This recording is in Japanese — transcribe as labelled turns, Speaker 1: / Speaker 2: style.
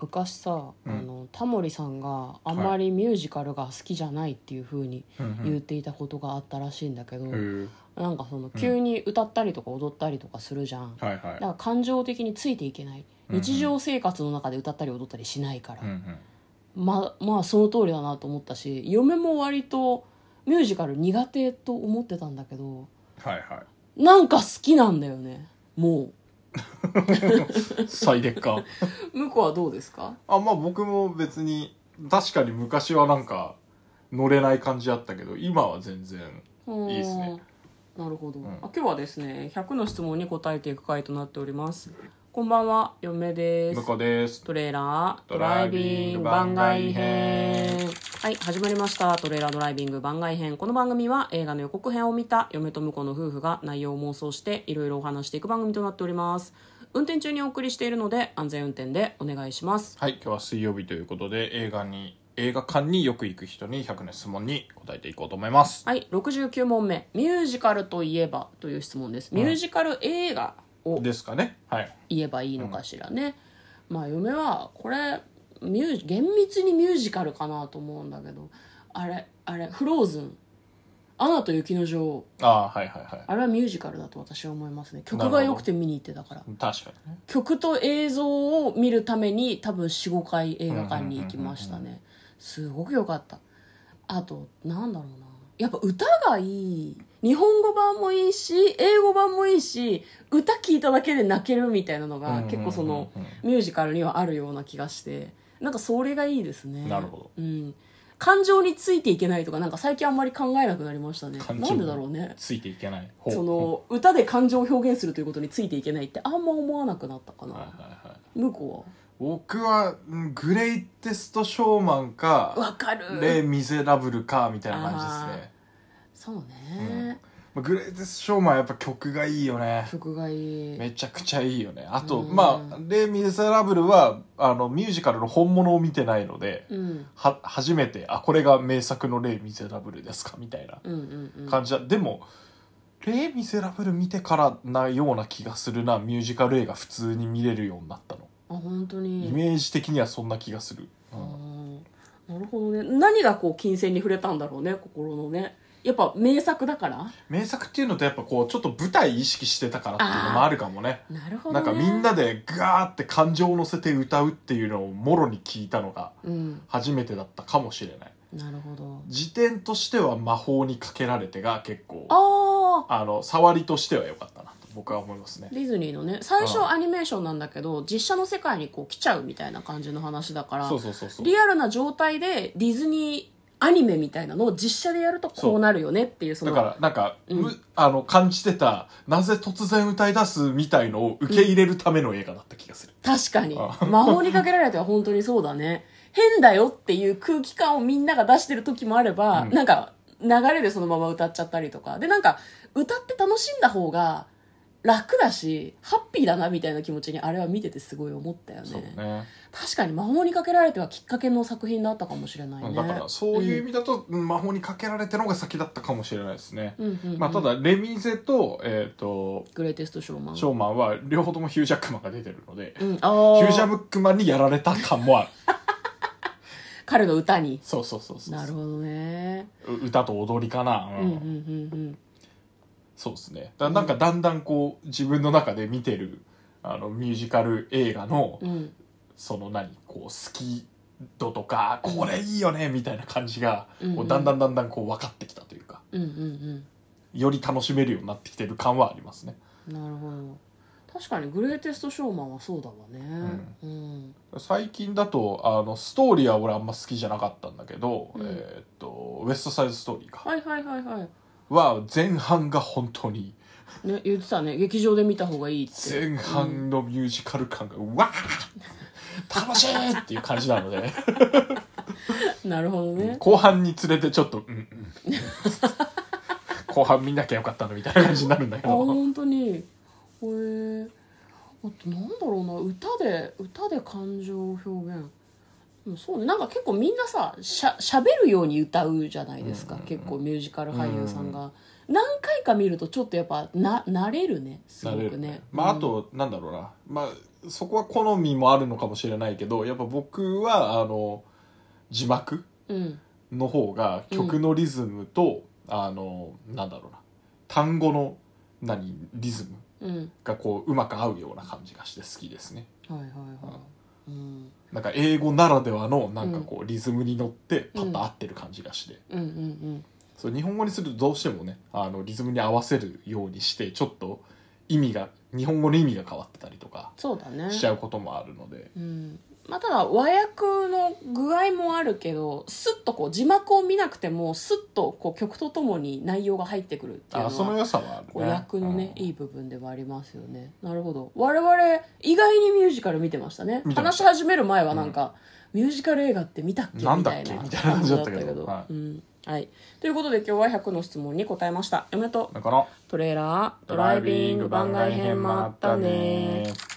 Speaker 1: 昔さ、
Speaker 2: うん
Speaker 1: あのタモリさんがあんまりミュージカルが好きじゃないっていうふうに
Speaker 2: うんうん
Speaker 1: 言っていたことがあったらしいんだけど、
Speaker 2: うん
Speaker 1: なんかその急に歌ったりとか踊ったりとかするじゃん、だ
Speaker 2: はいは
Speaker 1: か
Speaker 2: い
Speaker 1: ら感情的についていけない
Speaker 2: うんうん
Speaker 1: 日常生活の中で歌ったり踊ったりしないから
Speaker 2: うん、うん
Speaker 1: ままあその通りだなと思ったし嫁も割とミュージカル苦手と思ってたんだけど
Speaker 2: はいは
Speaker 1: なんか好きなんだよねも
Speaker 2: い最劣化
Speaker 1: う向こうはどうですか
Speaker 2: あまあ僕も別に確かに昔はなんか乗れない感じあったけど今は全然いいですね
Speaker 1: あーなるほど、
Speaker 2: ん
Speaker 1: あ今日はですね100の質問に答えていく回となっておりますこんばんは嫁です
Speaker 2: 向こうです
Speaker 1: トレーラード
Speaker 2: ド
Speaker 1: ラ
Speaker 2: ラ
Speaker 1: イ
Speaker 2: イ
Speaker 1: ビ
Speaker 2: ビ
Speaker 1: ン
Speaker 2: ン
Speaker 1: グ
Speaker 2: グ
Speaker 1: 番
Speaker 2: 番
Speaker 1: 外
Speaker 2: 外
Speaker 1: 編
Speaker 2: 編
Speaker 1: はい始まりましたトレーラードライビング番外編この番組は映画の予告編を見た嫁と婿の夫婦が内容を妄想していろいろお話していく番組となっております運転中にお送りしているので安全運転でお願いします
Speaker 2: はい今日は水曜日ということで映画に映画館によく行く人に100の質問に答えていこうと思います
Speaker 1: はい69問目ミュージカルといえばという質問ですミュージカル映画を
Speaker 2: ですかねはい
Speaker 1: 言えばいいのかしらね、まあ嫁はこれミュージ厳密にミュージカルかなと思うんだけどあれあれ「フローズン」「アナと雪の女王
Speaker 2: ああーはいはい」は
Speaker 1: あれはミュージカルだと私は思いますね曲
Speaker 2: なるほ
Speaker 1: が
Speaker 2: ど
Speaker 1: 良くて見に行ってたから
Speaker 2: い確かにね
Speaker 1: 曲と映像を見るために多分45回映画館に行きました
Speaker 2: うんう
Speaker 1: ねすごく良かったあとなんだろうなやっぱ歌がいい日本語版もいいし英語版もいいし歌聞いただけで泣けるみたいなのが結構その
Speaker 2: うんうんうん
Speaker 1: ミュージカルにはあるような気がしてなんかそれがいいですね
Speaker 2: なるほど、
Speaker 1: うん、感情についていけないとかなんか最近あんまり考えなくなりましたね
Speaker 2: 感情
Speaker 1: なんでだろうね
Speaker 2: ついていけない方
Speaker 1: その歌で感情を表現するということについていけないってあんま思わなくなったかな、
Speaker 2: はいはいはい
Speaker 1: 向こ
Speaker 2: 僕はうんグレイテストショーマン
Speaker 1: うはわ
Speaker 2: か
Speaker 1: かる
Speaker 2: レ・ミゼラブルかみたいな感じですね
Speaker 1: そうね、
Speaker 2: まあグレイテストショーマンはやっぱ曲がいいよね
Speaker 1: 曲がいい
Speaker 2: めちゃくちゃいいよねあと、
Speaker 1: うん
Speaker 2: まあ「レ・ミゼラブルは」あのミュージカルの本物を見てないので
Speaker 1: うん
Speaker 2: は初めてあこれが名作の「レ・ミゼラブル」ですかみたいな
Speaker 1: うんうんうん
Speaker 2: 感じだ、でも「レ・ミゼラブル」見てからなような気がするなミュージカル映画普通に見れるようになったの、
Speaker 1: あ本当に
Speaker 2: イメージ的にはそんな気がする、うん
Speaker 1: あーなるほどね何がこう金銭に触れたんだろうね心のねやっぱ名作だから
Speaker 2: 名作っていうのとやっぱこうちょっと舞台意識してたからっていうのもあるかもね
Speaker 1: なるほど、
Speaker 2: なん
Speaker 1: ね、
Speaker 2: かみんなでガーって感情を乗せて歌うっていうのをもろに聞いたのが
Speaker 1: うん
Speaker 2: 初めてだったかもしれない
Speaker 1: なるほど
Speaker 2: 時点としては魔法にかけられてが結構あ
Speaker 1: ああ
Speaker 2: の触りとしては良かったなと僕は思いますね
Speaker 1: ディズニーのね最初
Speaker 2: うん
Speaker 1: アニメーションなんだけど実写の世界にこう来ちゃうみたいな感じの話だから
Speaker 2: そうそうそうそう
Speaker 1: リアルな状態でディズニーアニメみたいなのを実写でやるとこうなるよねっていうそ
Speaker 2: だ
Speaker 1: の
Speaker 2: からなんか、
Speaker 1: うん
Speaker 2: むあの感じてたなぜ突然歌い出すみたいのを受け入れるための映画だった気がする、
Speaker 1: 確かに
Speaker 2: あ
Speaker 1: 魔法にかけられては本当にそうだね変だよっていう空気感をみんなが出してる時もあれば、
Speaker 2: うん
Speaker 1: なんか流れでそのまま歌っちゃったりとかでなんか歌って楽しんだ方が楽だしハッピーだなみたいな気持ちにあれは見ててすごい思ったよ
Speaker 2: そう
Speaker 1: ね
Speaker 2: ね
Speaker 1: 確かに魔法にかけられてはきっかけの作品だったかもしれないね
Speaker 2: だからそういう意味だと、魔法にかけられてのが先だったかもしれないですね、
Speaker 1: うんうんうん
Speaker 2: まあ、ただレミゼと,、えー、と
Speaker 1: グレイテストショーマン
Speaker 2: ショーマンは両方ともヒュージャックマンが出てるので、
Speaker 1: うん、あー
Speaker 2: ヒュージャックマンにやられた感もある
Speaker 1: 彼の歌に
Speaker 2: そうそうそうそう
Speaker 1: なるほどね
Speaker 2: う歌と踊りかな、
Speaker 1: う
Speaker 2: うん
Speaker 1: うんう
Speaker 2: ん
Speaker 1: ん
Speaker 2: そうですねだなんかだんだんこう自分の中で見てるあのミュージカル映画の、
Speaker 1: うんうん
Speaker 2: その何こう好き度とかこれいいよねみたいな感じが、
Speaker 1: うん
Speaker 2: こ
Speaker 1: うん
Speaker 2: うだんだんだんだんこう分かってきたというか
Speaker 1: うんうんうん
Speaker 2: より楽しめるようになってきてる感はありますね
Speaker 1: なるほど確かにグレイテストショーマンはそうだわねうん
Speaker 2: 最近だとあのストーリーは俺あんま好きじゃなかったんだけど、
Speaker 1: うん
Speaker 2: えーっとウエストサイズストーリーか、
Speaker 1: はいはいはいは
Speaker 2: は前半が本当に
Speaker 1: いね言ってたね劇場で見た方がいいって
Speaker 2: 前半のミュージカル感がうわー楽しいっていう感じなので
Speaker 1: なるほどね
Speaker 2: 後半に連れてちょっとうんうん後半見なきゃよかったのみたいな感じになるんだけ
Speaker 1: あ
Speaker 2: ど
Speaker 1: 本当にへえあとなんだろうな歌で歌で感情を表現でもそうねなんか結構みんなさしゃしゃべるように歌うじゃないですか、
Speaker 2: うんうんうん
Speaker 1: 結構ミュージカル俳優さんが、何回か見るとちょっとやっぱな慣れるねす
Speaker 2: な
Speaker 1: ご
Speaker 2: れ
Speaker 1: く
Speaker 2: る
Speaker 1: ね
Speaker 2: まああ
Speaker 1: うん
Speaker 2: となんだろうなまあそこは好みもあるのかもしれないけどやっぱ僕はあの字幕
Speaker 1: うん
Speaker 2: の方が曲のリズムと、あのなんだろうな単語の何リズム
Speaker 1: うん
Speaker 2: がこううまく合うような感じがして好きですね。
Speaker 1: はいはいはいうん
Speaker 2: なんか英語ならではのなんかこうリズムに乗ってパッと合ってる感じがして、
Speaker 1: うんうん
Speaker 2: そう日本語にするとどうしてもねあのリズムに合わせるようにしてちょっと意味が日本語の意味が変わってたりとか
Speaker 1: そうだね
Speaker 2: しちゃうこともあるので、
Speaker 1: うんまあ、ただ和訳の具合もあるけどスッとこう字幕を見なくてもスッとこう曲とともに内容が入ってくるっていうの
Speaker 2: あその
Speaker 1: は
Speaker 2: 良さはあるね
Speaker 1: こう役のね、
Speaker 2: うん
Speaker 1: いい部分ではありますよねなるほど我々意外にミュージカル見てましたね
Speaker 2: 見てま
Speaker 1: 話し
Speaker 2: し
Speaker 1: た始める前はなんか、ミュージカル映画って見たっけ
Speaker 2: なん
Speaker 1: み
Speaker 2: だったけ
Speaker 1: いな
Speaker 2: みたいな感じだったけど
Speaker 1: は、
Speaker 2: はい
Speaker 1: うんはい、ということで今日は100の質問に答えました嫁と
Speaker 2: だから
Speaker 1: トレーラード
Speaker 2: ド
Speaker 1: ライビング番外編もあったね
Speaker 2: ー